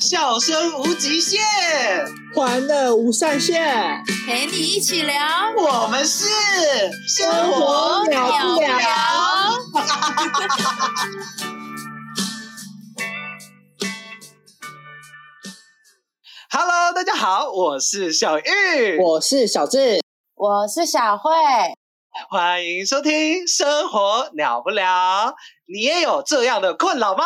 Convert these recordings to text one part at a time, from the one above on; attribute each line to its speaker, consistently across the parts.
Speaker 1: 笑声无极限，
Speaker 2: 欢乐无上限，
Speaker 3: 陪你一起聊。
Speaker 1: 我们是生
Speaker 2: 活
Speaker 3: 聊
Speaker 2: 不聊
Speaker 1: Hello，大家好，我是小玉，
Speaker 2: 我是小智，
Speaker 3: 我是小慧，
Speaker 1: 欢迎收听《生活了不了》。你也有这样的困扰吗？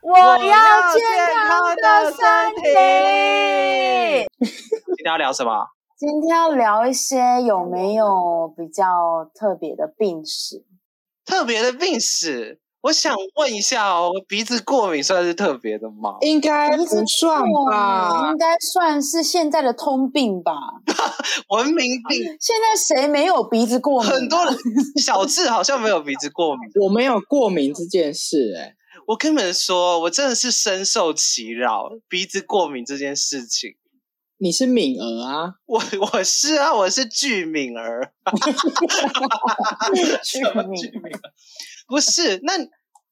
Speaker 3: 我
Speaker 1: 要健康的
Speaker 3: 的
Speaker 1: 身体
Speaker 3: 体。
Speaker 1: 今天要聊什么？
Speaker 3: 今天要聊一些有没有比较特别的病史？
Speaker 1: 特别的病史。我想问一下哦，鼻子过敏算是特别的吗？
Speaker 2: 应该不算
Speaker 3: 哇
Speaker 2: 吧
Speaker 3: 应？该算是现在的通病吧。
Speaker 1: 文明病，
Speaker 3: 现在谁没有鼻子过敏？
Speaker 1: 很多人小智好像没有鼻子过敏。
Speaker 2: 我没有过敏这件事、哎，
Speaker 1: 我跟你们说，我真的是深受其扰，鼻子过敏这件事情。
Speaker 2: 你是敏儿啊？
Speaker 1: 我我是啊，我是巨敏儿，
Speaker 3: 巨
Speaker 1: 什么
Speaker 3: 敏
Speaker 1: 巨敏儿？不是，那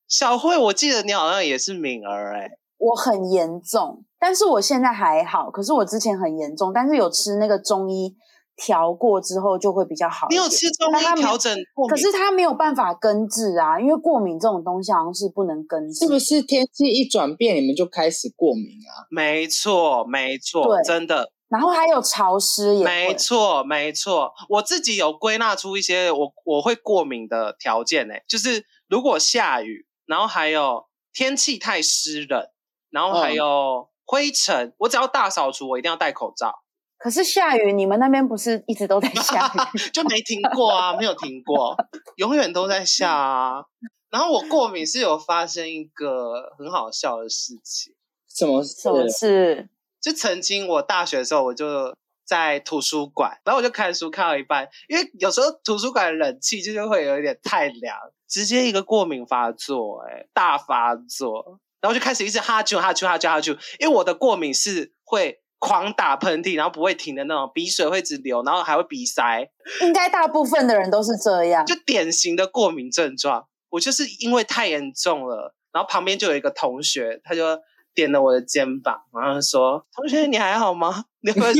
Speaker 1: 小慧，我记得你好像也是敏儿哎、
Speaker 3: 我很严重，但是我现在还好。可是我之前很严重，但是有吃那个中医调过之后就会比较好一
Speaker 1: 你
Speaker 3: 点。
Speaker 1: 有吃中
Speaker 3: 但他
Speaker 1: 医
Speaker 3: 没有
Speaker 1: 调整过
Speaker 3: 可
Speaker 1: 敏？
Speaker 3: 是它没有办法根治啊，因为过敏这种东西好像是不能根治，
Speaker 2: 是不是天气一转变，你们就开始过敏啊？
Speaker 1: 没错，没错，
Speaker 3: 对
Speaker 1: 真的，
Speaker 3: 然后还有潮湿也
Speaker 1: 没
Speaker 3: 会，
Speaker 1: 错，没错。我自己有归纳出一些我我会过敏的条件哎、就是如果下雨，然后还有天气太湿冷，然后还
Speaker 2: 嗯
Speaker 1: 有灰尘，我只要大扫除，我一定要戴口罩。
Speaker 3: 可是下雨，你们那边不是一直都在下 雨？
Speaker 1: 就没停过啊，没有停过，永远都在下啊。然后我过敏是有发生一个很好笑的事情，
Speaker 2: 什么事
Speaker 3: 什？么事？
Speaker 1: 就曾经我大学的时候，我就在图书馆，然后我就看书看到一半，因为有时候图书馆冷气就是会有一点太凉，直接一个过敏发作、欸，哎，大发作，然后就开始一直哈啾哈啾哈啾哈啾，因为我的过敏是会。狂打喷嚏，然后不会停的那种，鼻水会一直流，然后还会鼻塞，
Speaker 3: 应该大部分的人都是这样
Speaker 1: 就。典型的过敏症状。我就是因为太严重了，然后旁边就有一个同学，他就点了我的肩膀，然后说：“同学，你还好吗？”你会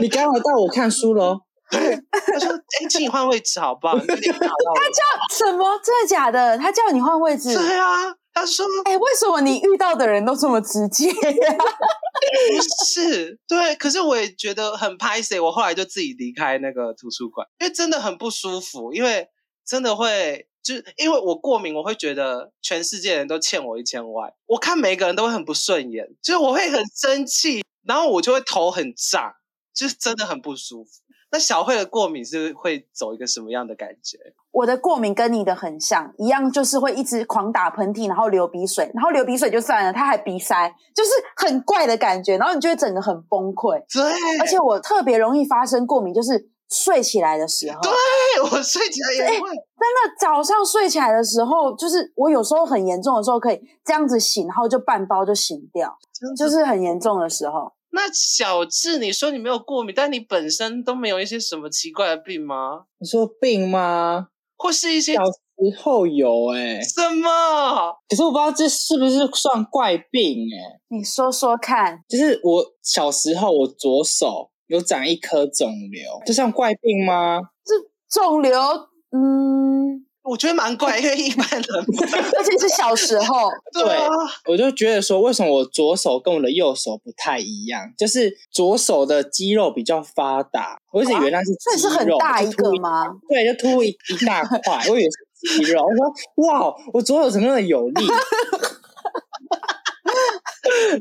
Speaker 2: 你干扰到我看书喽？
Speaker 1: 他 说：“哎、请你换位置好不好？”你有点打扰我。
Speaker 3: 什么？真的假的？他叫你换位置？
Speaker 1: 对啊，他说
Speaker 3: 哎、为什么你遇到的人都这么直接呀、
Speaker 1: 不是，对，可是我也觉得很拍谁，我后来就自己离开那个图书馆，因为真的很不舒服，因为真的会。就是因为我过敏，我会觉得全世界人都欠我一千万。我看每个人都会很不顺眼，就是我会很生气，然后我就会头很胀，就是真的很不舒服。那小慧的过敏是会走一个什么样的感觉？
Speaker 3: 我的过敏跟你的很像，一样就是会一直狂打喷嚏，然后流鼻水，然后流鼻水就算了，他还鼻塞，就是很怪的感觉，然后你就会整个很崩溃。
Speaker 1: 对，
Speaker 3: 而且我特别容易发生过敏，就是睡起来的时候。
Speaker 1: 对我睡起来也会，
Speaker 3: 真的早上睡起来的时候，就是我有时候很严重的时候，可以这样子醒，然后就半包就醒掉，
Speaker 1: 真的
Speaker 3: 就是很严重的时候。
Speaker 1: 那小智，你说你没有过敏，但你本身都没有一些什么奇怪的病吗？
Speaker 2: 你说病吗？
Speaker 1: 或是一些
Speaker 2: 小时候有哎、
Speaker 1: 什么？
Speaker 2: 可是我不知道这是不是算怪病哎、
Speaker 3: 你说说看，
Speaker 2: 就是我小时候，我左手有长一颗肿瘤，这算怪病吗？
Speaker 3: 肿瘤，嗯，
Speaker 1: 我觉得蛮怪，因为一般 人不
Speaker 3: 而且是小时候，
Speaker 1: 对啊，
Speaker 2: 我就觉得说，为什么我左手跟我的右手不太一样？就是左手的肌肉比较发达，我一直以为那是
Speaker 3: 啊所以
Speaker 2: 肌
Speaker 3: 是
Speaker 2: 肉，
Speaker 3: 很大一
Speaker 2: 就凸
Speaker 3: 个吗？
Speaker 2: 对，就凸一 一大块，我以为是肌肉。我说哇，我左手怎么那么有力？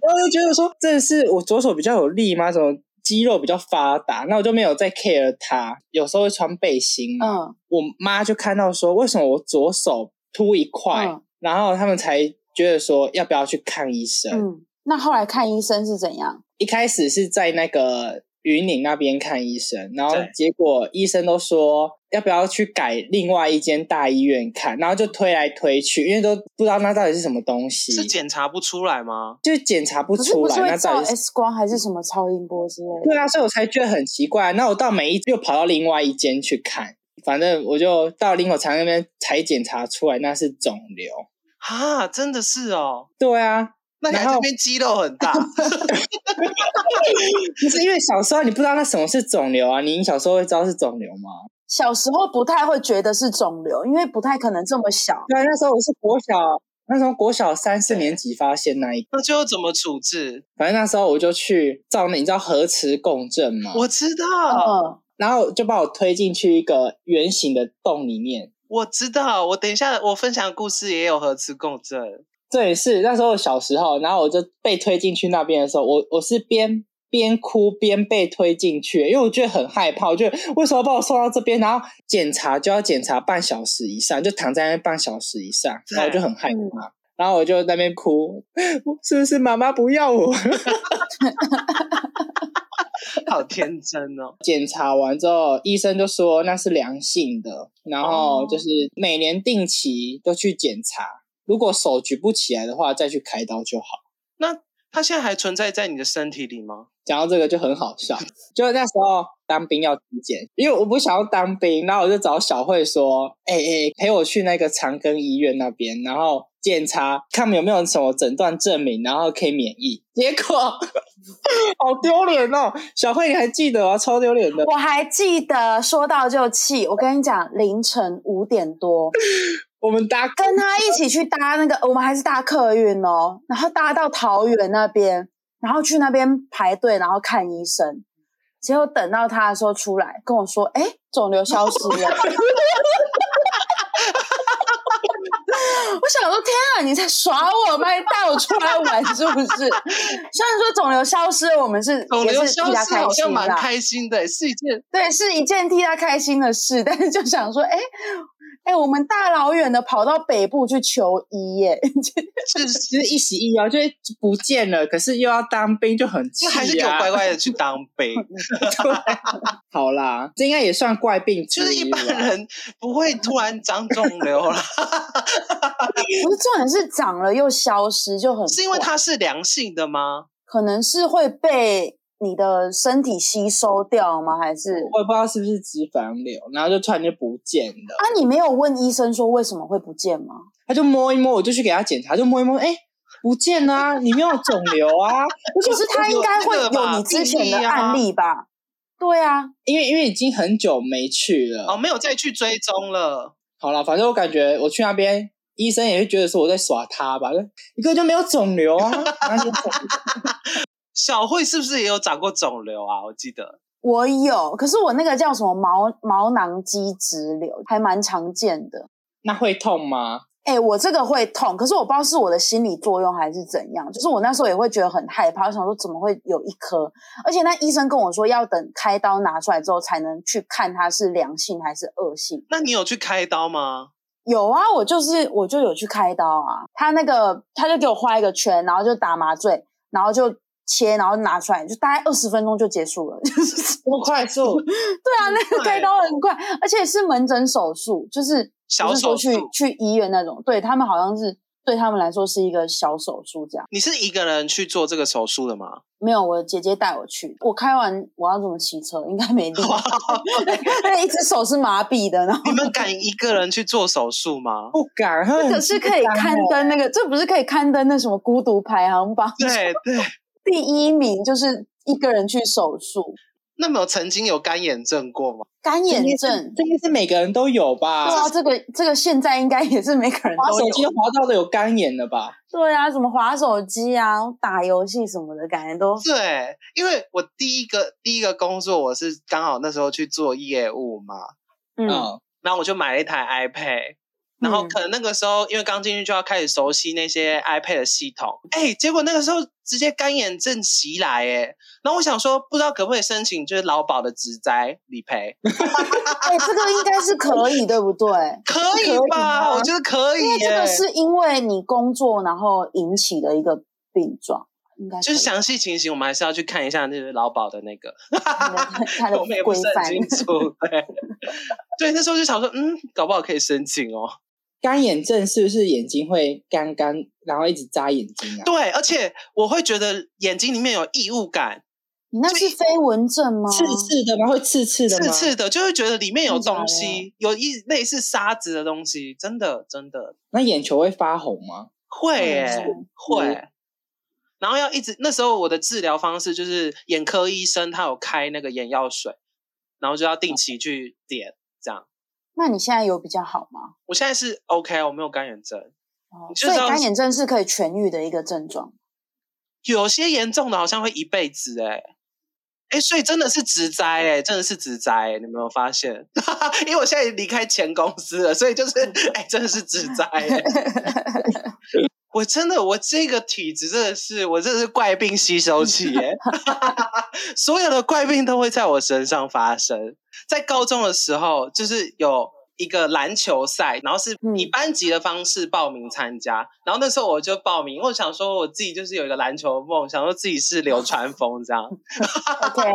Speaker 2: 然后就觉得说，这是我左手比较有力吗？怎么肌肉比较发达？那我就没有再 care 它。有时候会穿背心啊嘛，
Speaker 3: 嗯，
Speaker 2: 我妈就看到说，为什么我左手凸一块，
Speaker 3: 嗯
Speaker 2: 然后他们才觉得说要不要去看医生。
Speaker 3: 嗯，那后来看医生是怎样？
Speaker 2: 一开始是在那个云岭那边看医生，然后
Speaker 1: 对
Speaker 2: 结果医生都说要不要去改另外一间大医院看，然后就推来推去，因为都不知道那到底是什么东西，
Speaker 1: 是检查不出来吗？
Speaker 2: 就检查不
Speaker 3: 可是
Speaker 2: 出
Speaker 3: 不是
Speaker 2: 来那
Speaker 3: 会照
Speaker 2: 到底是。
Speaker 3: X 光还是什么超音波之类的？
Speaker 2: 对啊，所以我才觉得很奇怪。啊那我到每一又跑到另外一间去看，反正我就到林口长那边才检查出来那是肿瘤。
Speaker 1: 啊，真的是哦，
Speaker 2: 对啊，
Speaker 1: 那你还
Speaker 2: 然后
Speaker 1: 这边肌肉很 大，
Speaker 2: 不是因为小时候你不知道那什么是肿瘤啊？你小时候会知道是肿瘤吗？
Speaker 3: 小时候不太会觉得是肿瘤，因为不太可能这么小。
Speaker 2: 对啊，那时候我是国小，那时候国小三四年级发现那一
Speaker 1: 那最后怎么处置？
Speaker 2: 反正那时候我就去照那，你知道核磁共振吗？
Speaker 1: 我知
Speaker 2: 啊
Speaker 1: 道，
Speaker 3: 嗯，
Speaker 2: 然后就把我推进去一个圆形的洞里面。
Speaker 1: 我知道，我等一下我分享的故事也有核磁共振，
Speaker 2: 这也是那时候小时候，然后我就被推进去那边的时候，我我是边边哭边被推进去，因为我觉得很害怕，我觉得为什么把我送到这边，然后检查就要检查半小时以上，就躺在那边半小时以上，
Speaker 1: 对
Speaker 2: 然后我就很害怕。
Speaker 3: 嗯
Speaker 2: 然后我就在那边哭，是不是妈妈不要我？
Speaker 1: 好天真哦。
Speaker 2: 检查完之后，医生就说那是良性的，然后就是每年定期都去检查，如果手举不起来的话，再去开刀就好。
Speaker 1: 那它现在还存在在你的身体里吗？
Speaker 2: 讲到这个就很好笑，就那时候当兵要体检，因为我不想要当兵，然后我就找小慧说：“哎、哎、陪我去那个长庚医院那边，然后检查看有没有什么诊断证明，然后可以免疫。”结果 好丢脸哦！小慧你还记得啊？超丢脸的。
Speaker 3: 我还记得说到就气，我跟你讲，凌晨五点 多
Speaker 2: 我们搭
Speaker 3: 跟他一起去搭那个，我们还是搭客运哦，然后搭到桃园那边，然后去那边排队，然后看医生。结果等到他的时候出来跟我说：“哎，肿瘤消失了。” 我想说，天啊，你在耍我吗？你带我出来玩是不是？虽然说肿瘤消失了，我们是
Speaker 1: 肿
Speaker 3: 也
Speaker 1: 瘤
Speaker 3: 是
Speaker 1: 消
Speaker 3: 替他
Speaker 1: 失
Speaker 3: 开
Speaker 1: 好像
Speaker 3: 心
Speaker 1: 蛮
Speaker 3: 啦
Speaker 1: 开心的，是一 件
Speaker 3: 对，是一件替他开心的事， 但是就想说，哎、哎、我们大老远的跑到北部去求医耶，
Speaker 1: 是，
Speaker 2: 就是一喜一忧，就是不见了，可是又要当兵，就很气、
Speaker 1: 就
Speaker 2: 啊。
Speaker 1: 还是给我乖乖的去当兵。
Speaker 2: 好啦，这应该也算怪病之
Speaker 1: 就是一
Speaker 2: 一
Speaker 1: 般
Speaker 2: 吧
Speaker 1: 人不会突然长肿瘤啦，
Speaker 3: 不是重点是长了又消失，就很
Speaker 1: 是因为
Speaker 3: 怪
Speaker 1: 它是良性的吗？
Speaker 3: 可能是会被你的身体吸收掉吗？还是
Speaker 2: 我也不知道是不是脂肪瘤，然后就突然就不见了。
Speaker 3: 啊？你没有问医生说为什么会不见吗？
Speaker 2: 他就摸一摸，我就去给他检查，就摸一摸，哎、不见啦、你没有肿瘤啊。
Speaker 3: 可是他应该会
Speaker 1: 有那个吧
Speaker 3: 有你之前
Speaker 1: 病例
Speaker 3: 的
Speaker 1: 啊
Speaker 3: 案例吧？对啊，
Speaker 2: 因为因为已经很久没去了。
Speaker 1: 哦，没有再去追踪了。
Speaker 2: 好了，反正我感觉我去那边，医生也会觉得说我在耍他吧，就你根本就没有肿瘤啊。哪里有肿瘤
Speaker 1: 小慧是不是也有长过肿瘤啊？我记得
Speaker 3: 我有，可是我那个叫什么毛毛囊肌脂瘤，还蛮常见的。
Speaker 2: 那会痛吗？
Speaker 3: 哎、我这个会痛，可是我不知道是我的心理作用还是怎样。就是我那时候也会觉得很害怕，我想说怎么会有一颗？而且那医生跟我说要等开刀拿出来之后才能去看它是良性还是恶性。
Speaker 1: 那你有去开刀吗？
Speaker 3: 有啊，我就是我就有去开刀啊。他那个他就给我画一个圈，然后就打麻醉，然后就切，然后拿出来，就大概二十分钟就结束了。 就是
Speaker 2: 这么快速？
Speaker 3: 对啊，那个
Speaker 1: 快
Speaker 3: 开刀很快，而且是门诊手术，就是
Speaker 1: 小
Speaker 3: 不是说
Speaker 1: 手术
Speaker 3: 去去医院那种，对他们好像是对他们来说是一个小手术这样。
Speaker 1: 你是一个人去做这个手术的吗？
Speaker 3: 没有，我姐姐带我去。我开完，我要怎么骑车？应该没力， 那一只手是麻痹的。然后
Speaker 1: 你们敢一个人去做手术吗？
Speaker 2: 不敢，他
Speaker 3: 这
Speaker 2: 很
Speaker 3: 个是可以刊登那个，这不是可以刊登那什么孤独排行榜？
Speaker 1: 对对，
Speaker 3: 第一名就是一个人去手术，
Speaker 1: 那么曾经有干眼症过吗？
Speaker 3: 干
Speaker 2: 这
Speaker 3: 眼
Speaker 2: 应该是啊
Speaker 3: 症。
Speaker 2: 这应该是每个人都有吧？
Speaker 3: 对啊，这个这个现在应该也是每个人
Speaker 2: 滑
Speaker 3: 都
Speaker 2: 手机
Speaker 3: 有。
Speaker 2: 滑到的有干眼了吧？
Speaker 3: 对啊，什么滑手机啊、打游戏什么的，感觉都
Speaker 1: 对，因为我第一个第一个工作我是刚好那时候去做业务嘛，
Speaker 3: 嗯，
Speaker 2: 嗯，
Speaker 1: 然后我就买了一台 iPad，然后
Speaker 3: 嗯
Speaker 1: 可能那个时候因为刚进去就要开始熟悉那些 iPad 的系统，哎，结果那个时候直接干眼症袭来，哎，然后我想说不知道可不可以申请就是劳保的职灾理赔，
Speaker 3: 哎、这个应该是可以，对不对？
Speaker 1: 可
Speaker 2: 可
Speaker 1: 以
Speaker 2: 以
Speaker 1: 吧？
Speaker 2: 吗
Speaker 1: 我觉得可以
Speaker 3: 因为这
Speaker 1: 耶
Speaker 3: 个是因为你工作然后引起的一个病状，应该
Speaker 1: 就是
Speaker 3: 可以
Speaker 1: 详细情形，我们还是要去看一下那个劳保的那个，
Speaker 3: 它的它
Speaker 1: 我们也
Speaker 3: 的
Speaker 1: 不
Speaker 3: 规
Speaker 1: 是
Speaker 3: 范
Speaker 1: 很。清楚。 对，对，那时候就想说，嗯，搞不好可以申请哦。
Speaker 2: 干眼症是不是眼睛会干干，然后一直眨眼睛啊？
Speaker 1: 对，而且我会觉得眼睛里面有异物感，
Speaker 3: 你那是飞蚊症吗？
Speaker 2: 刺刺的吗？会刺哦刺的
Speaker 1: 刺
Speaker 2: 吗？
Speaker 1: 刺的，就会觉得里面有
Speaker 3: 真假
Speaker 1: 东
Speaker 3: 的
Speaker 1: 西，有一类似沙子的东西，真的真的
Speaker 2: 那眼球会发红吗？
Speaker 1: 会
Speaker 3: 嗯
Speaker 1: 耶、
Speaker 3: 是
Speaker 1: 会。然后要一直那时候我的治疗方式就是眼科医生他有开那个眼药水，然后就要定期去点这样。
Speaker 3: 那你现在有比较好吗？
Speaker 1: 我现在是 OK，我没有干眼症，
Speaker 3: 哦
Speaker 1: 你就
Speaker 3: 所以
Speaker 1: 知道
Speaker 3: 干
Speaker 1: 是
Speaker 3: 眼症是可以痊愈的一个 症状。
Speaker 1: 有些严重的好像会一辈子哎、哎，所以真的是直栽哎、真的是直栽哎、你有没有发现？ 因为我现在离开前公司了，所以就是哎、真的是直栽哎、我真的，我这个体质真的是，我真的是怪病吸收器耶、 所有的怪病都会在我身上发生。在高中的时候，就是有一个篮球赛，然后是以
Speaker 3: 嗯
Speaker 1: 班级的方式报名参加。然后那时候我就报名，因为我想说我自己就是有一个篮球梦，想说自己是流川枫这样。
Speaker 3: OK，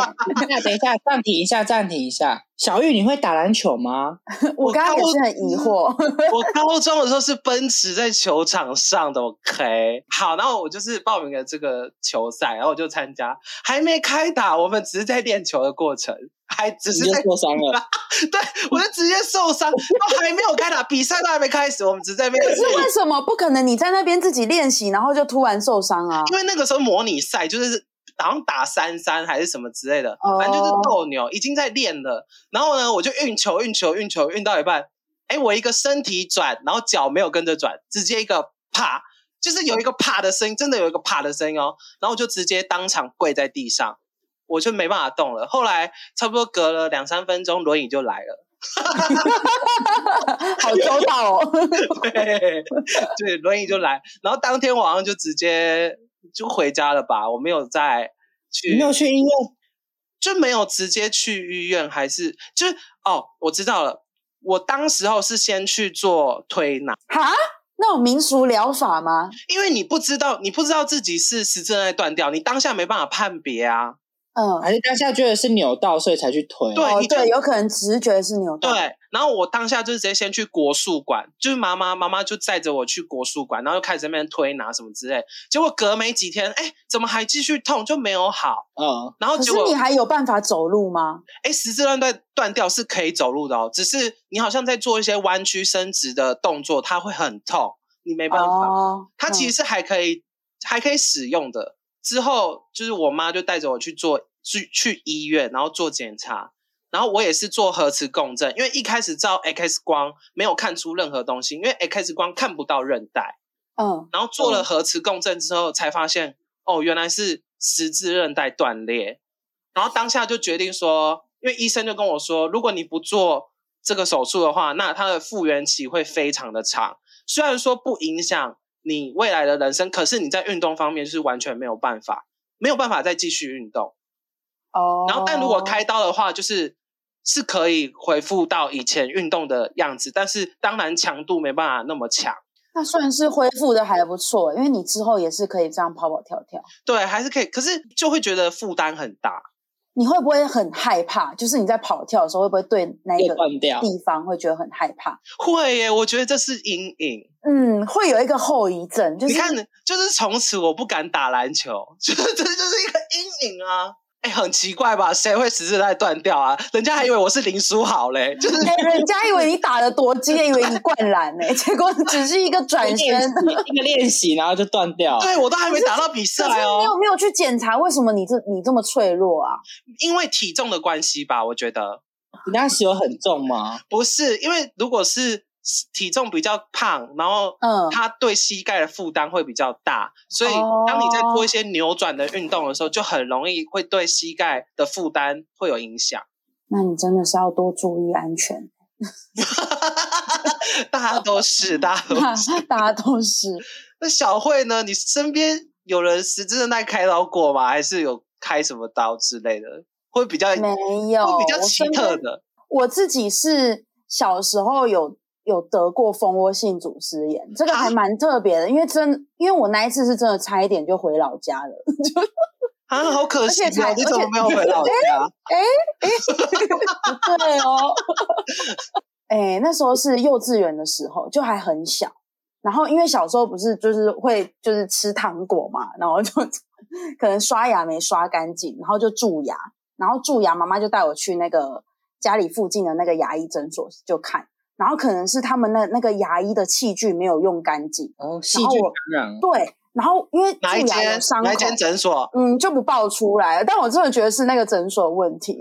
Speaker 2: 那 等一下，暂停一下，暂停一下。小玉，你会打篮球吗？
Speaker 3: 我刚刚也
Speaker 1: 高
Speaker 3: 是很疑惑。
Speaker 1: 我高中的时候是奔驰在球场上的，OK。好，然后我就是报名了这个球赛，然后我就参加，还没开打，我们只是在练球的过程，还只
Speaker 2: 你
Speaker 1: 是
Speaker 2: 就
Speaker 1: 在
Speaker 2: 受伤了。
Speaker 1: 对我就直接受伤，都还没有开打，比赛都还没开始，我们只是在那边
Speaker 3: 可是为什么不可能？你在那边自己练习，然后就突然受 伤啊？
Speaker 1: 因为那个时候模拟赛就是好像打三三还是什么之类的
Speaker 3: 哦，
Speaker 1: 反正就是斗牛，已经在练了。然后呢，我就运球，运球，运球，运到一半，哎，我一个身体转，然后脚没有跟着转，直接一个啪，就是有一个啪的声音，真的有一个啪的声音哦。然后我就直接当场跪在地上，我就没办法动了。后来差不多隔了两三分钟，轮椅就来了。
Speaker 3: 好周到哦。
Speaker 1: 对，对，轮椅就来，然后当天晚上就直接就回家了吧，我没有再去，
Speaker 2: 你没有去医院？
Speaker 1: 就没有直接去医院，还是就是哦，我知道了，我当时候是先去做推拿，
Speaker 3: 哈，那种民俗疗法吗？
Speaker 1: 因为你不知道，你不知道自己是实质在断掉，你当下没办法判别啊。
Speaker 3: 嗯，
Speaker 2: 还是当下觉得是扭到，所以才去推？
Speaker 1: 对
Speaker 3: 哦
Speaker 1: 你，就
Speaker 3: 对，有可能直觉是扭到。，
Speaker 1: 对，然后我当下就直接先去国术馆，就是妈妈妈妈就载着我去国术馆，然后就开始在那边推拿什么之类，结果隔没几天，哎，怎么还继续痛，就没有好，
Speaker 2: 嗯，
Speaker 1: 然后
Speaker 3: 可
Speaker 1: 结
Speaker 3: 是
Speaker 1: 果
Speaker 3: 你还有办法走路吗？
Speaker 1: 哎，十字韧带断掉是可以走路的哦，只是你好像在做一些弯曲伸直的动作，它会很痛，你没办法。
Speaker 3: 哦，
Speaker 1: 它其实是还可以、还可以使用的。之后就是我妈就带着我去做去去医院，然后做检查，然后我也是做核磁共振，因为一开始照 X 光没有看出任何东西，因为 X 光看不到韧带，
Speaker 3: 嗯，
Speaker 1: 然后做了
Speaker 2: 嗯
Speaker 1: 核磁共振之后才发现，哦，原来是十字韧带断裂，然后当下就决定说，因为医生就跟我说，如果你不做这个手术的话，那它的复原期会非常的长。虽然说不影响你未来的人生，可是你在运动方面是完全没有办法，没有办法再继续运动。
Speaker 3: 嗯，哦。
Speaker 1: 然后，但如果开刀的话，就是是可以恢复到以前运动的样子，但是当然强度没办法那么强。
Speaker 3: 那算是恢复的还不错，因为你之后也是可以这样跑跑跳跳。
Speaker 1: 对，还是可以，可是就会觉得负担很大。
Speaker 3: 你会不会很害怕？就是你在跑跳的时候，会不会对那
Speaker 2: 又
Speaker 3: 个
Speaker 2: 断掉。
Speaker 3: 地方会觉得很害怕？
Speaker 1: 会耶，我觉得这是阴影。
Speaker 3: 嗯，会有一个后遗症，就是
Speaker 1: 你看，就是从此我不敢打篮球， 就是这就是一个阴影啊。哎，很奇怪吧？谁会十字带断掉啊？人家还以为我是林书豪嘞， 就是
Speaker 3: 哎、人家以为你打的多激烈，以为你灌篮呢、结果只是 一个转
Speaker 2: 一个练
Speaker 3: 身
Speaker 2: 习。一个练习，然后就断掉。
Speaker 1: 对我都还没打到比
Speaker 3: 可
Speaker 1: 赛
Speaker 3: 是你
Speaker 1: 哦，
Speaker 3: 有没有去检查？为什么你这你这么脆弱啊？
Speaker 1: 因为体重的关系吧，我觉得
Speaker 2: 你当时有很重吗？
Speaker 1: 不是，因为如果是体重比较胖，然后
Speaker 3: 嗯，
Speaker 1: 它对膝盖的负担会比较大，所以
Speaker 3: 哦
Speaker 1: 当你在做一些扭转的运动的时候，就很容易会对膝盖的负担会有影响。
Speaker 3: 那你真的是要多注意安全，
Speaker 1: 大家都是，大家都是。
Speaker 3: 大家都是。
Speaker 1: 那小慧呢？你身边有人十字韧带开刀过吗？还是有开什么刀之类的？会比较
Speaker 3: 没有，
Speaker 1: 呃会比较
Speaker 3: 我
Speaker 1: 奇
Speaker 3: 身
Speaker 1: 特
Speaker 3: 边
Speaker 1: 的
Speaker 3: 我自己是小时候有有得过蜂窝性组织炎，这个还
Speaker 1: 啊
Speaker 3: 蛮特别的，因为真因为我那一次是真的差一点就回老家了，
Speaker 1: 啊，好可
Speaker 3: 而
Speaker 1: 惜
Speaker 3: 且才
Speaker 1: 哦！你
Speaker 3: 而
Speaker 1: 怎么
Speaker 3: 且哎
Speaker 1: 没有回 老家？
Speaker 3: 对哦， 哎，那时候是幼稚园的时候，就还很小，然后因为小时候不是就是会就是吃糖果嘛，然后就可能刷牙没刷干净，然后就蛀牙，然后蛀牙妈妈就带我去那个家里附近的那个牙医诊所就看。然后可能是他们那那个牙医的器具没有用干净，
Speaker 2: 哦，细
Speaker 3: 然后
Speaker 2: 菌
Speaker 3: 我
Speaker 2: 感染。
Speaker 3: 对，然后因为
Speaker 1: 哪一
Speaker 3: 蛀牙有
Speaker 1: 间
Speaker 3: 伤口
Speaker 1: 哪一，间诊所
Speaker 3: 嗯，就不爆出来了。但我真的觉得是那个诊所 问题。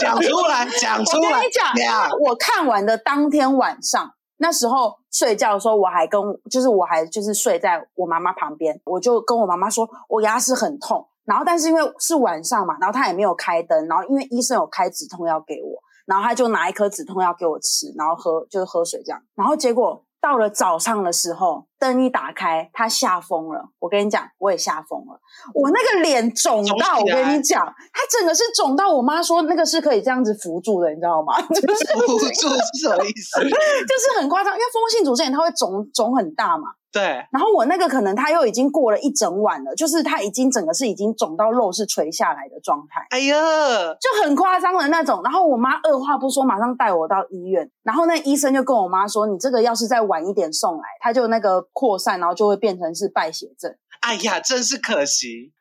Speaker 1: 讲出来，讲出
Speaker 3: 我跟
Speaker 1: 来
Speaker 3: 你，讲，
Speaker 1: 两
Speaker 3: 我看完的当天晚上，那时候睡觉的时候，我还跟就是我还就是睡在我妈妈旁边，我就跟我妈妈说，我牙齿很痛。然后，但是因为是晚上嘛，然后她也没有开灯，然后因为医生有开止痛药给我，然后他就拿一颗止痛药给我吃，然后喝就是喝水这样。然后结果到了早上的时候，灯一打开，他吓疯了。我跟你讲，我也吓疯了，我那个脸肿
Speaker 1: 肿
Speaker 3: 到，我
Speaker 1: 起来
Speaker 3: 跟你讲，它整个是肿到我妈说那个是可以这样子扶住的，你知道吗？ 就是
Speaker 1: 辅 助是什么意思？
Speaker 3: 就是很夸张，因为风信组之前它会肿肿很大嘛。
Speaker 1: 对，
Speaker 3: 然后我那个可能它又已经过了一整晚了，就是它已经整个是已经肿到肉是垂下来的状态。
Speaker 1: 哎呀，
Speaker 3: 就很夸张的那种。然后我妈二话不说，马上带我到医院。然后那医生就跟我妈说：“你这个要是再晚一点送来，它就那个扩散，然后就会变成是败血症。
Speaker 1: 哎呀，真是可惜。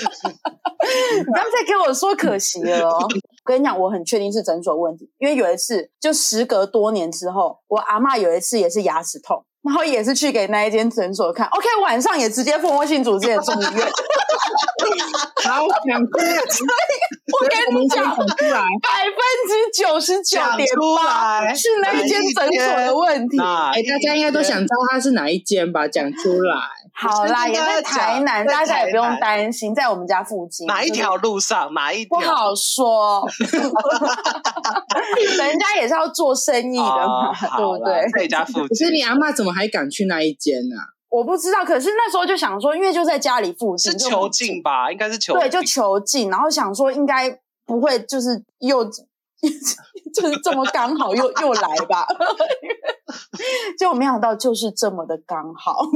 Speaker 3: 你不要再给我说
Speaker 1: 嗯
Speaker 3: 可惜 了哦。”我跟你讲，我很确定是诊所问题，因为有一次就时隔多年之后，我阿嬷有一次也是牙齿痛，然后也是去给那一间诊所看。OK，晚上也直接蜂窝性组织也住 医院。
Speaker 2: 好想哭，
Speaker 3: 我跟你讲，
Speaker 2: 讲出来。
Speaker 3: 百分之九十九
Speaker 1: 讲
Speaker 3: 点
Speaker 1: 出
Speaker 3: 八
Speaker 1: 来
Speaker 3: 是那一间诊所的问题。
Speaker 1: 那
Speaker 2: 哎、大家应该都想知道它是哪一间吧？讲出来。
Speaker 3: 好啦，
Speaker 1: 你
Speaker 3: 也
Speaker 1: 先跟大
Speaker 3: 在
Speaker 1: 家
Speaker 3: 台
Speaker 1: 讲
Speaker 3: 南，
Speaker 1: 在
Speaker 3: 大家也不
Speaker 1: 台
Speaker 3: 用
Speaker 1: 南
Speaker 3: 担心，在我们家附近。
Speaker 1: 哪一
Speaker 3: 就是
Speaker 1: 条路上，哪一
Speaker 3: 不
Speaker 1: 条？
Speaker 3: 好说， 人家也是要做生意的嘛，
Speaker 1: 哦好
Speaker 3: 对不
Speaker 1: 啦
Speaker 3: 对？
Speaker 1: 在你家附
Speaker 2: 可
Speaker 1: 近
Speaker 2: 是，你阿嬷怎么还敢去那一间啊呢、
Speaker 3: 我不知道，可是那时候就想说，因为就在家里附近，
Speaker 1: 是
Speaker 3: 就
Speaker 1: 囚
Speaker 3: 很
Speaker 1: 禁吧？应该是囚禁。
Speaker 3: 对，就囚禁，然后想说应该不会就是又 就是这么刚好又又来吧， 就没想到就是这么的刚好。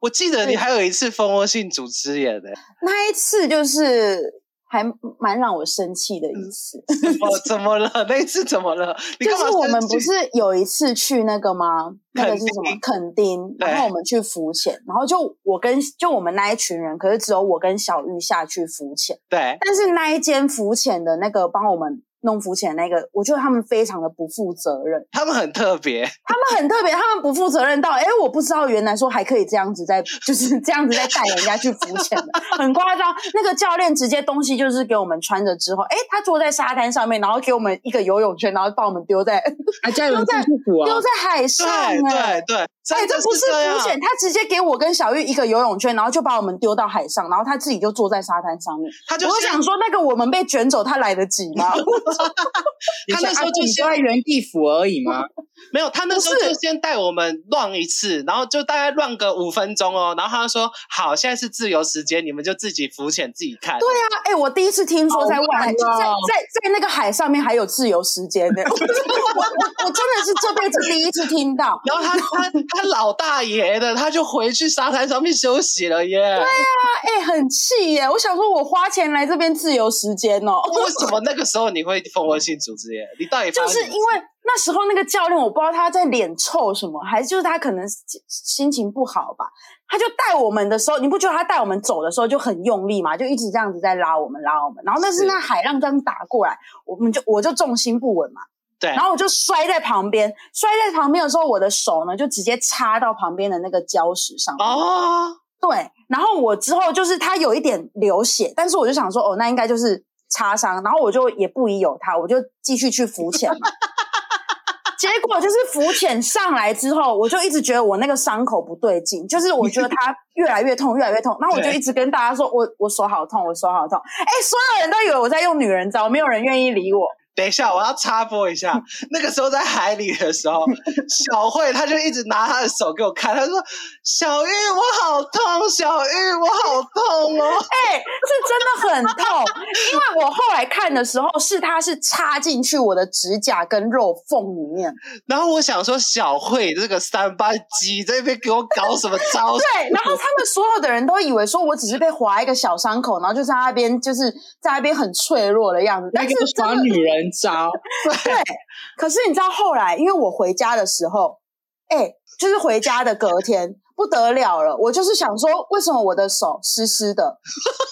Speaker 1: 我记得你还有一次蜂窝性组织炎 呢，
Speaker 3: 那一次就是还蛮让我生气的一次。
Speaker 1: 怎么怎么了？ 那一次怎么了？嗯你
Speaker 3: 就
Speaker 1: 干嘛
Speaker 3: 是我们
Speaker 1: 生气
Speaker 3: 不是有一次去那个吗？那个
Speaker 1: 垦
Speaker 3: 是什么
Speaker 1: 丁？
Speaker 3: 垦丁，
Speaker 1: 对
Speaker 3: 然后我们去浮潜，然后就我跟就我们那一群人，可是只有我跟小玉下去浮潜。
Speaker 1: 对
Speaker 3: 但是那一间浮潜的那个帮我们弄浮潜的那个，我觉得他们非常的不负责任，
Speaker 1: 他们很特别，
Speaker 3: 他们很特别，他们不负责任到，哎，我不知道原来说还可以这样子在，就是 这样子在带人家去浮潜的，很夸张。那个教练直接东西就是给我们穿着之后，哎，他坐在沙滩上面，然后给我们一个游泳圈，然后把我们丢在。
Speaker 2: 啊？家有人进去扶
Speaker 3: 丢
Speaker 2: 啊？
Speaker 3: 在海上、欸，
Speaker 1: 对对对，
Speaker 3: 哎、
Speaker 1: 真的
Speaker 3: 这不
Speaker 1: 是这样
Speaker 3: 浮潜，他直接给我跟小玉一个游泳圈，然后就把我们丢到海上，然后他自己就坐在沙滩上面。
Speaker 1: 他就
Speaker 3: 我
Speaker 1: 像
Speaker 3: 想说，那个我们被卷走，他来得及 吗？
Speaker 1: 他那时候就
Speaker 2: 啊你
Speaker 1: 先
Speaker 2: 在原地扶而已吗？
Speaker 1: 没有，他那时候
Speaker 3: 不是
Speaker 1: 就先带我们乱一次，然后就大概乱个五分钟哦，然后他就说好，现在是自由时间，你们就自己浮潜自己看。
Speaker 3: 对啊，哎、我第一次听说在外海，
Speaker 2: 好烂
Speaker 3: 在
Speaker 2: 哦
Speaker 3: 在在那个海上面还有自由时间呢、我 我我我真的是这辈子第一次听到。
Speaker 1: 然后他他
Speaker 3: 啊
Speaker 1: 他老大爷的，他就回去沙滩上面休息了耶。
Speaker 3: 哎、很气耶！我想说，我花钱来这边自由时间哦、
Speaker 1: 为什么那个时候你会蜂窝性组织炎？你到底发
Speaker 3: 就
Speaker 1: 生
Speaker 3: 是
Speaker 1: 什么
Speaker 3: 因为那时候那个教练，我不知道他在脸臭什么，还是就是他可能心心情不好吧。他就带我们的时候，你不觉得他带我们走的时候就很用力嘛？就一直这样子在拉我们，拉我们。然后那是
Speaker 1: 是
Speaker 3: 那海浪这样打过来，我们就我就重心不稳嘛，
Speaker 1: 对
Speaker 3: 然，后我就摔在旁边，摔在旁边的时候，我的手呢就直接插到旁边的那个礁石上面。
Speaker 1: 哦，
Speaker 3: 对，然后我之后就是他有一点流血，但是我就想说，哦，那应该就是擦伤，然后我就也不疑有他，我就继续去浮潜 嘛。结果就是浮潜上来之后，我就一直觉得我那个伤口不对劲，就是我觉得它越来越痛，越来越痛。然后我就
Speaker 1: 对
Speaker 3: 一直跟大家说，我我手好痛，我手好痛。哎，所有人都以为我在用女人招，没有人愿意理我。
Speaker 1: 等一下，我要插播一下，那个时候在海里的时候，小慧她就一直拿她的手给我看，她说：“小玉，我好痛，小玉，我好痛哦。
Speaker 3: 哎、是真的很痛，因为我后来看的时候，是它是插进去我的指甲跟肉缝里面。”
Speaker 1: 然后我想说，小慧这个三八鸡在那边给我搞什么招式？
Speaker 3: 对，然后他们所有的人都以为说我只是被划一个小伤口，然后就在那边就是在那边很脆弱的样子。
Speaker 2: 那
Speaker 3: 但
Speaker 2: 个
Speaker 3: 是真
Speaker 2: 耍
Speaker 3: 的，
Speaker 2: 女人招，
Speaker 3: 可是你知道后来，因为我回家的时候，哎、就是回家的隔天，不得了了，我就是想说，为什么我的手湿湿的？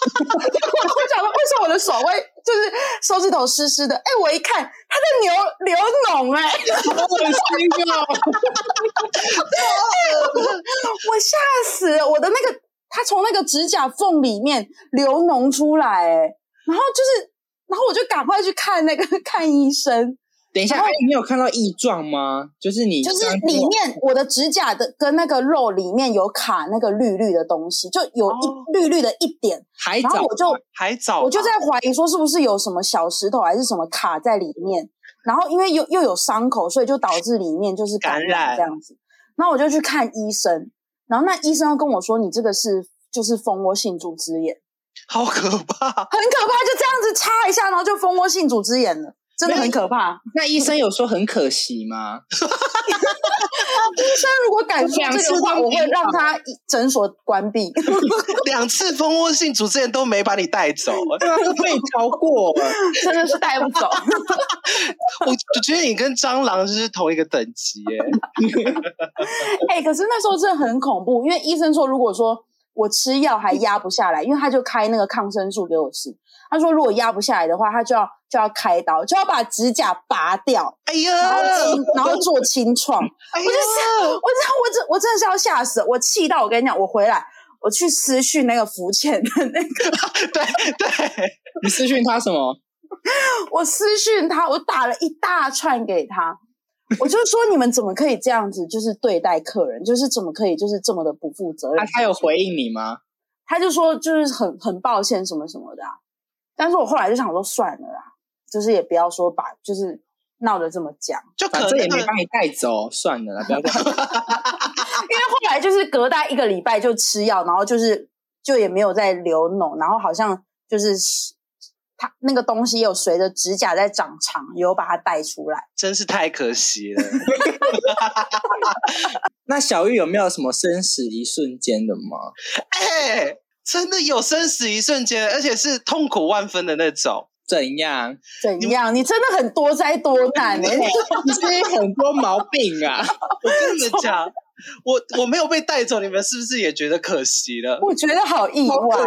Speaker 3: 我想说，为什么我的手会就是手指头湿湿的？哎、我一看，它在流流脓哎、
Speaker 2: 好恶心哦！
Speaker 3: 我吓死了！我的那个，它从那个指甲缝里面流脓出来、哎，然后就是，然后我就赶快去看那个 看医生，
Speaker 2: 等一下，
Speaker 3: 然后
Speaker 2: 哎你有看到异状吗？就是你
Speaker 3: 就是
Speaker 2: 刚刚
Speaker 3: 里面我的指甲的跟那个肉里面有卡那个绿绿的东西，就有一、
Speaker 1: 哦
Speaker 3: 绿绿的一点，
Speaker 2: 海
Speaker 3: 然后
Speaker 2: 藻
Speaker 3: 我就
Speaker 1: 还早吧，
Speaker 3: 我就在怀疑说是不是有什么小石头还是什么卡在里面，然后因为又又有伤口，所以就导致里面就是感
Speaker 1: 感
Speaker 3: 染
Speaker 1: 染
Speaker 3: 这样子。然后我就去看医生，然后那医生又跟我说你这个是就是蜂窝性组织炎，
Speaker 1: 好可怕，
Speaker 3: 很可怕，就这样子插一下，然后就蜂窝性组织炎了。真的
Speaker 2: 没有
Speaker 3: 很可怕。
Speaker 2: 那医生有说很可惜吗？
Speaker 3: 医生如果敢说
Speaker 2: 两
Speaker 3: 这个
Speaker 2: 次
Speaker 3: 话，
Speaker 2: 都
Speaker 3: 我
Speaker 2: 没
Speaker 3: 会
Speaker 2: 有
Speaker 3: 让他一诊所关闭。
Speaker 1: 两次蜂窝性组织炎都没把你带走，
Speaker 2: 对啊，都被你逃过。
Speaker 3: 真的是带不走。
Speaker 1: 我我觉得你跟蟑螂就是同一个等级耶，
Speaker 3: 哎、可是那时候真的很恐怖，因为医生说，如果说我吃药还压不下来，因为他就开那个抗生素给我吃，他说如果压不下来的话，他就要就要开刀，就要把指甲拔掉，
Speaker 1: 哎呀，
Speaker 3: 然后
Speaker 2: 呃
Speaker 3: 清然后做清创。
Speaker 1: 哎呀，
Speaker 3: 我真我真我真的是要吓死了，我气到我跟你讲，我回来我去私讯那个福建的那个，
Speaker 1: 对对，
Speaker 2: 你私讯他什么？
Speaker 3: 我私讯他，我打了一大串给他。我就说你们怎么可以这样子，就是对待客人，就是怎么可以就是这么的不负责任
Speaker 2: 他？啊他有回应你吗？
Speaker 3: 他就说就是很很抱歉什么什么的、啊，但是我后来就想说算了啦，就是也不要说把就是闹得这么僵，
Speaker 1: 就可
Speaker 2: 反正也没
Speaker 1: 能
Speaker 2: 把你带走，算了啦，不要管。
Speaker 3: 因为后来就是隔大一个礼拜就吃药，然后就是就也没有再流脓，然后好像就是它那个东西有随着指甲在长长，有把它带出来。
Speaker 1: 真是太可惜了。
Speaker 2: 那小玉有没有什么生死一瞬间的吗？
Speaker 1: 哎、真的有生死一瞬间，而且是痛苦万分的那种。
Speaker 2: 怎样？
Speaker 3: 怎样？你真的很多灾多难呢、欸
Speaker 2: 你是很多毛病啊！
Speaker 1: 我跟你们讲，我我没有被带走，你们是不是也觉得可惜了？
Speaker 3: 我觉得好意外哦、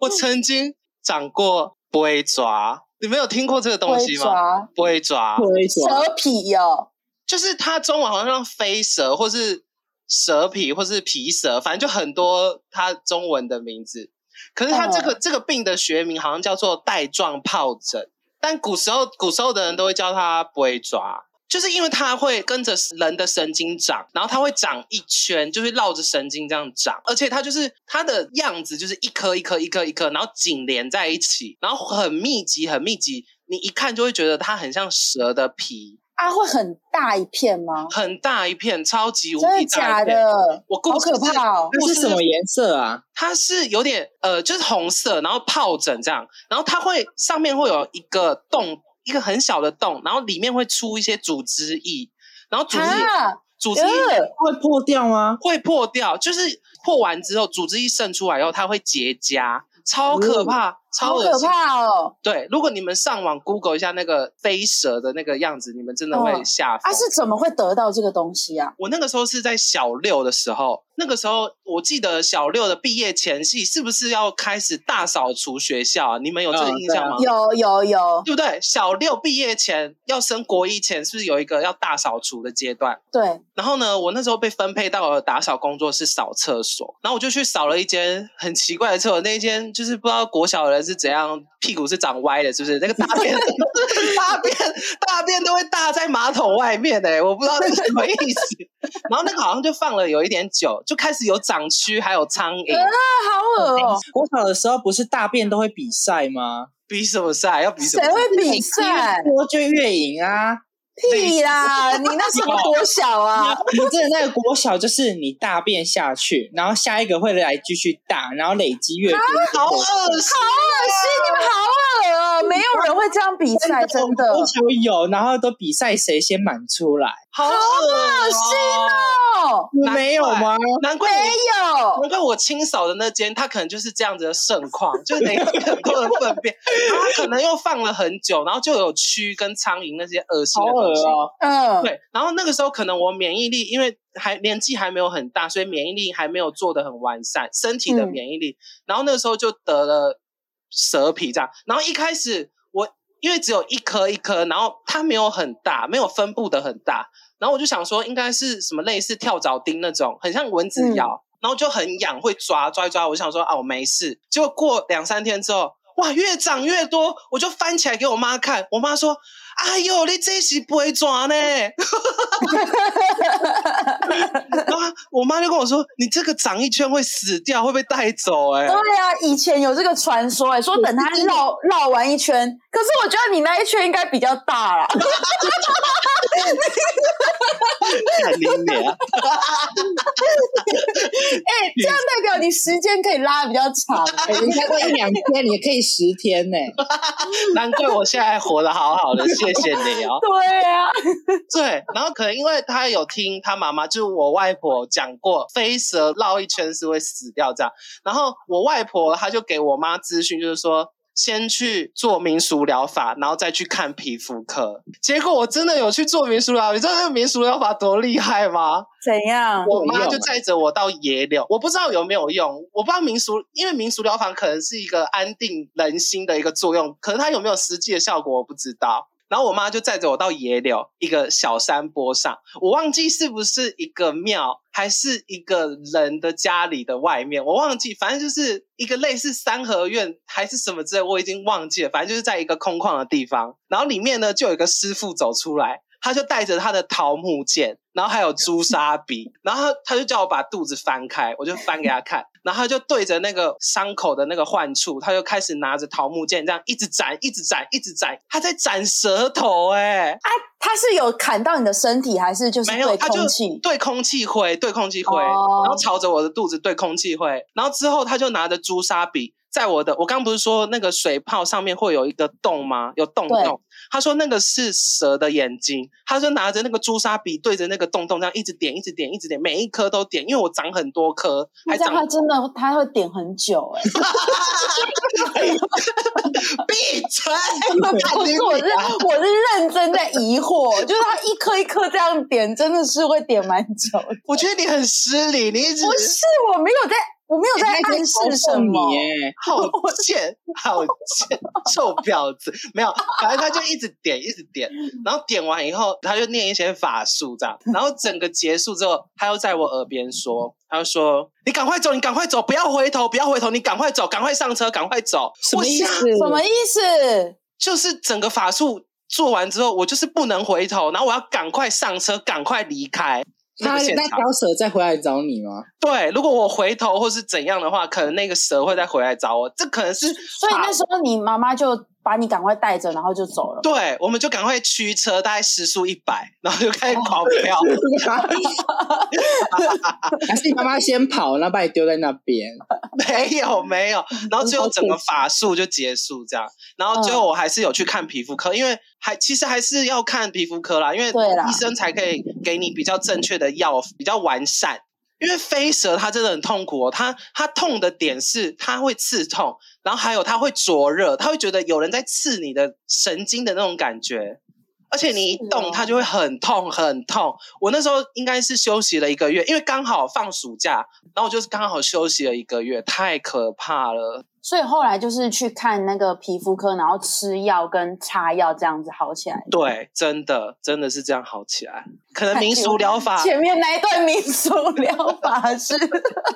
Speaker 1: 我曾经长过不会抓，你们有听过这个东西吗？
Speaker 3: 抓
Speaker 1: 不会抓，
Speaker 2: 我一
Speaker 3: 蛇皮哦、
Speaker 1: 就是它中文好像叫飞蛇，或是蛇皮，或是皮蛇，反正就很多它中文的名字。可是它这个、这个病的学名好像叫做带状疱疹，但古时候古时候的人都会叫它不会抓，就是因为它会跟着人的神经长，然后它会长一圈，就是绕着神经这样长，而且它就是它的样子就是一颗一颗一颗一颗，然后紧连在一起，然后很密集很密集，你一看就会觉得它很像蛇的皮。
Speaker 3: 啊，会很大一片吗？
Speaker 1: 很大一片，超级无
Speaker 3: 真的
Speaker 1: 敌大
Speaker 3: 假
Speaker 1: 一片。
Speaker 3: 的？
Speaker 1: 我故
Speaker 3: 好
Speaker 1: 事
Speaker 3: 可
Speaker 1: 是，
Speaker 3: 怕哦！
Speaker 2: 那是什么颜色啊？
Speaker 1: 它是有点呃，就是红色，然后疱疹这样，然后它会上面会有一个洞，一个很小的洞，然后里面会出一些组织液，然后组织液、
Speaker 3: 啊，
Speaker 1: 组织液
Speaker 3: 呃，
Speaker 2: 会破掉吗？
Speaker 1: 会破掉，就是破完之后组织液渗出来以后，它会结痂，超可怕，超
Speaker 3: 哦好
Speaker 1: 恶
Speaker 3: 可
Speaker 1: 心。
Speaker 3: 怕哦！
Speaker 1: 对，如果你们上网 Google 一下那个飞蛇的那个样子，你们真的会
Speaker 3: 嗯
Speaker 1: 吓疯。
Speaker 3: 他是怎么会得到这个东西啊？
Speaker 1: 我那个时候是在小六的时候，那个时候我记得小六的毕业前夕是不是要开始大扫除学校、啊？你们有这个
Speaker 2: 嗯
Speaker 1: 印象吗？
Speaker 3: 有有有，
Speaker 1: 对不对？小六毕业前要升国一前，是不是有一个要大扫除的阶段？
Speaker 3: 对，啊
Speaker 1: 然后呢，我那时候被分配到了打扫工作室扫厕所，然后我就去扫了一间很奇怪的厕所，那一间就是不知道国小的人是怎样，屁股是长歪的，是不是？那个大便 大便大便都会大在马桶外面的、我不知道那是什么意思。然后那个好像就放了有一点久，就开始有长蛆，还有苍蝇，
Speaker 3: 啊，好恶哦！
Speaker 2: 哎国小的时候不是大便都会比赛吗？
Speaker 1: 比什么赛？要比什
Speaker 3: 谁
Speaker 1: 么赛？
Speaker 3: 会比赛
Speaker 2: 越？多就越赢 啊！
Speaker 3: 屁啦！你那什么多小啊？
Speaker 2: 你真的那个国小就是你大便下去，然后下一个会来继续大，然后累积越
Speaker 3: 啊
Speaker 2: 多。
Speaker 1: 好恶心！
Speaker 3: 恶心，你们好恶哦！没有人会这样比赛，真的
Speaker 2: 国。小有，然后都比赛谁先满出来。
Speaker 1: 好
Speaker 3: 啊
Speaker 1: 恶心
Speaker 3: 哦，
Speaker 2: 你没有吗？
Speaker 1: 哦！难怪你
Speaker 3: 没有，
Speaker 1: 难怪我清扫的那间，它可能就是这样子的盛况，就是累积很多的粪便，然后它可能又放了很久，然后就有蛆跟苍蝇那些恶心
Speaker 2: 好
Speaker 1: 的
Speaker 2: 恶
Speaker 1: 东西。
Speaker 2: 哦、
Speaker 3: 嗯，
Speaker 1: 对，然后那个时候可能我免疫力，因为还年纪还没有很大，所以免疫力还没有做的很完善，身体的
Speaker 3: 嗯
Speaker 1: 免疫力。然后那个时候就得了蛇皮这样。然后一开始我因为只有一颗一颗，然后它没有很大，没有分布的很大。然后我就想说，应该是什么类似跳蚤叮那种，很像蚊子
Speaker 3: 嗯
Speaker 1: 咬，然后就很痒，会抓抓一抓。我就想说，啊，我没事。结果过两三天之后，哇，越长越多，我就翻起来给我妈看，我妈说。哎呦，你这是不会抓呢！ 然后我妈就跟我说：“你这个长一圈会死掉，会被带走、欸。”哎，
Speaker 3: 对啊，以前有这个传说、哎，说等它绕绕完一圈，可是我觉得你那一圈应该比较大啦。
Speaker 1: 看你脸，
Speaker 3: 哎、这样代表你时间可以拉得比较长、欸
Speaker 2: 哎人家都一两天，你可以十天呢、
Speaker 1: 难怪我现在活得好好的，谢谢你哦。
Speaker 3: 对啊，
Speaker 1: 对，然后可能因为他有听他妈妈，就是我外婆讲过，飞蛇绕一圈是会死掉这样。然后我外婆她就给我妈资讯，就是说先去做民俗疗法，然后再去看皮肤科。结果我真的有去做民俗疗法，你知道那个民俗疗法多厉害吗？
Speaker 3: 怎样？
Speaker 1: 我
Speaker 2: 有
Speaker 1: 妈
Speaker 2: 用
Speaker 1: 就
Speaker 2: 啊
Speaker 1: 载着我到野柳，我不知道有没有用，我不知道民俗，因为民俗疗法可能是一个安定人心的一个作用，可是它有没有实际的效果我不知道。然后我妈就载着我到野柳一个小山坡上，我忘记是不是一个庙，还是一个人的家里的外面，我忘记，反正就是一个类似三合院还是什么之类，我已经忘记了，反正就是在一个空旷的地方，然后里面呢就有一个师傅走出来，他就带着他的桃木剑，然后还有朱砂笔，然后他他就叫我把肚子翻开，我就翻给他看，然后他就对着那个伤口的那个患处，他就开始拿着桃木剑这样一直斩，一直斩，一直斩，他在斩舌头哎、
Speaker 3: 啊，它是有砍到你的身体，还是就是
Speaker 1: 没有啊
Speaker 3: 对
Speaker 1: 它就
Speaker 3: 空气？
Speaker 1: 对空气挥，对空气挥，
Speaker 3: 哦
Speaker 1: 然后朝着我的肚子对空气挥，然后之后他就拿着朱砂笔。在我的，我刚不是说那个水泡上面会有一个洞吗？有洞
Speaker 3: 对
Speaker 1: 洞。他说那个是蛇的眼睛，他就拿着那个朱砂笔对着那个洞洞这样一直点，一直点，一直点，每一颗都点，因为我长很多颗，
Speaker 3: 那
Speaker 1: 还
Speaker 3: 这样
Speaker 1: 长
Speaker 3: 它真的，它会点很 久哎、
Speaker 1: 闭嘴！
Speaker 3: 不是，我是
Speaker 1: 啊
Speaker 3: 我是认真在疑惑，就是它一颗一颗这样点，真的是会点蛮久的。
Speaker 1: 我觉得你很失礼，你一直
Speaker 3: 不是，我没有在，我没有
Speaker 1: 哎
Speaker 3: 在
Speaker 2: 人家可以
Speaker 3: 暗示什
Speaker 2: 嘲讽
Speaker 3: 么
Speaker 2: 你。耶
Speaker 1: 好贱，好贱，臭婊子！没有，反正他就一直点，一直点，然后点完以后，他就念一些法术这样，然后整个结束之后，他又在我耳边说，他就说：“你赶快走，你赶快走，不要回头，不要回头，你赶快走，赶快上车，赶快走。”
Speaker 2: 什么意
Speaker 1: 我吓
Speaker 2: 思？
Speaker 3: 什么意思？
Speaker 1: 就是整个法术做完之后，我就是不能回头，然后我要赶快上车，赶快离开那
Speaker 2: 他
Speaker 1: 个现
Speaker 2: 那
Speaker 1: 场。
Speaker 2: 条蛇再回来找你吗？
Speaker 1: 对，如果我回头或是怎样的话，可能那个蛇会再回来找我。这可能是
Speaker 3: 所以
Speaker 1: 法
Speaker 3: 那时候你妈妈就把你赶快带着，然后就走了。
Speaker 1: 对，我们就赶快驱车，大概时速一百，然后就开始
Speaker 3: 哦
Speaker 1: 跑掉。
Speaker 2: 还是你妈妈先跑，然后把你丢在那边？
Speaker 1: 没有，没有。
Speaker 3: 嗯
Speaker 1: 然后最后整个法术就结束这样。然后最后我还是有去看皮肤科，因为还其实还是要看皮肤科啦，因为
Speaker 3: 对啦
Speaker 1: 医生才可以给你比较正确的药，比较完善。因为飞蛇它真的很痛苦哦，它它痛的点是它会刺痛，然后还有它会灼热，它会觉得有人在刺你的神经的那种感觉，而且你一
Speaker 3: 是
Speaker 1: 动
Speaker 3: 哦
Speaker 1: 它就会很痛很痛。我那时候应该是休息了一个月，因为刚好放暑假，然后我就是刚好休息了一个月，太可怕了。
Speaker 3: 所以后来就是去看那个皮肤科，然后吃药跟擦药这样子好起来。
Speaker 1: 对，真的真的是这样好起来，可能民俗疗法，
Speaker 3: 前面那一段民俗疗法是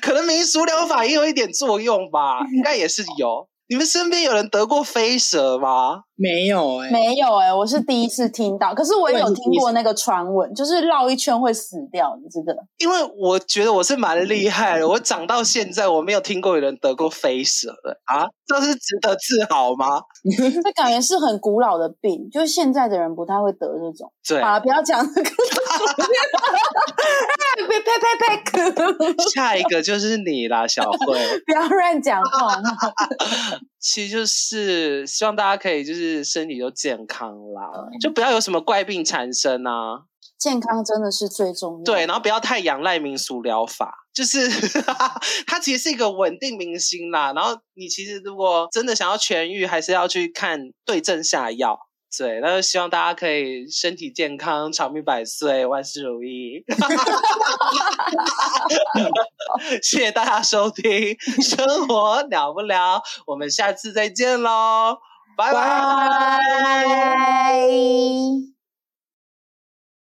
Speaker 1: 可能民俗疗法也有一点作用吧，应该也是有。你们身边有人得过飞蛇吗？
Speaker 2: 没有 哎、
Speaker 3: 没有哎、我是第一次听到，可是我也有听
Speaker 2: 我也
Speaker 3: 过
Speaker 2: 是第一次
Speaker 3: 那个传闻，就是绕一圈会死掉的这个。
Speaker 1: 因为我觉得我是蛮厉害的，我长到现在我没有听过有人得过飞蛇的啊，这是值得自豪吗？
Speaker 3: 这感觉是很古老的病，就是现在的人不太会得这种。
Speaker 1: 对，
Speaker 3: 好了，不要讲这个。哎，别呸呸呸！
Speaker 1: 下一个就是你啦，小慧。
Speaker 3: 不要乱讲话。
Speaker 1: 其实就是希望大家可以就是身体都健康啦，就不要有什么怪病缠身啊。
Speaker 3: 健康真的是最重要。
Speaker 1: 对，然后不要太仰赖民俗疗法，就是 它其实是一个稳定民心啦。然后你其实如果真的想要痊愈，还是要去看对症下药。对，那就希望大家可以身体健康，长命百岁，万事如意。 谢谢大家收听《生活了不了》，我们下次再见喽，拜拜。
Speaker 3: 拜。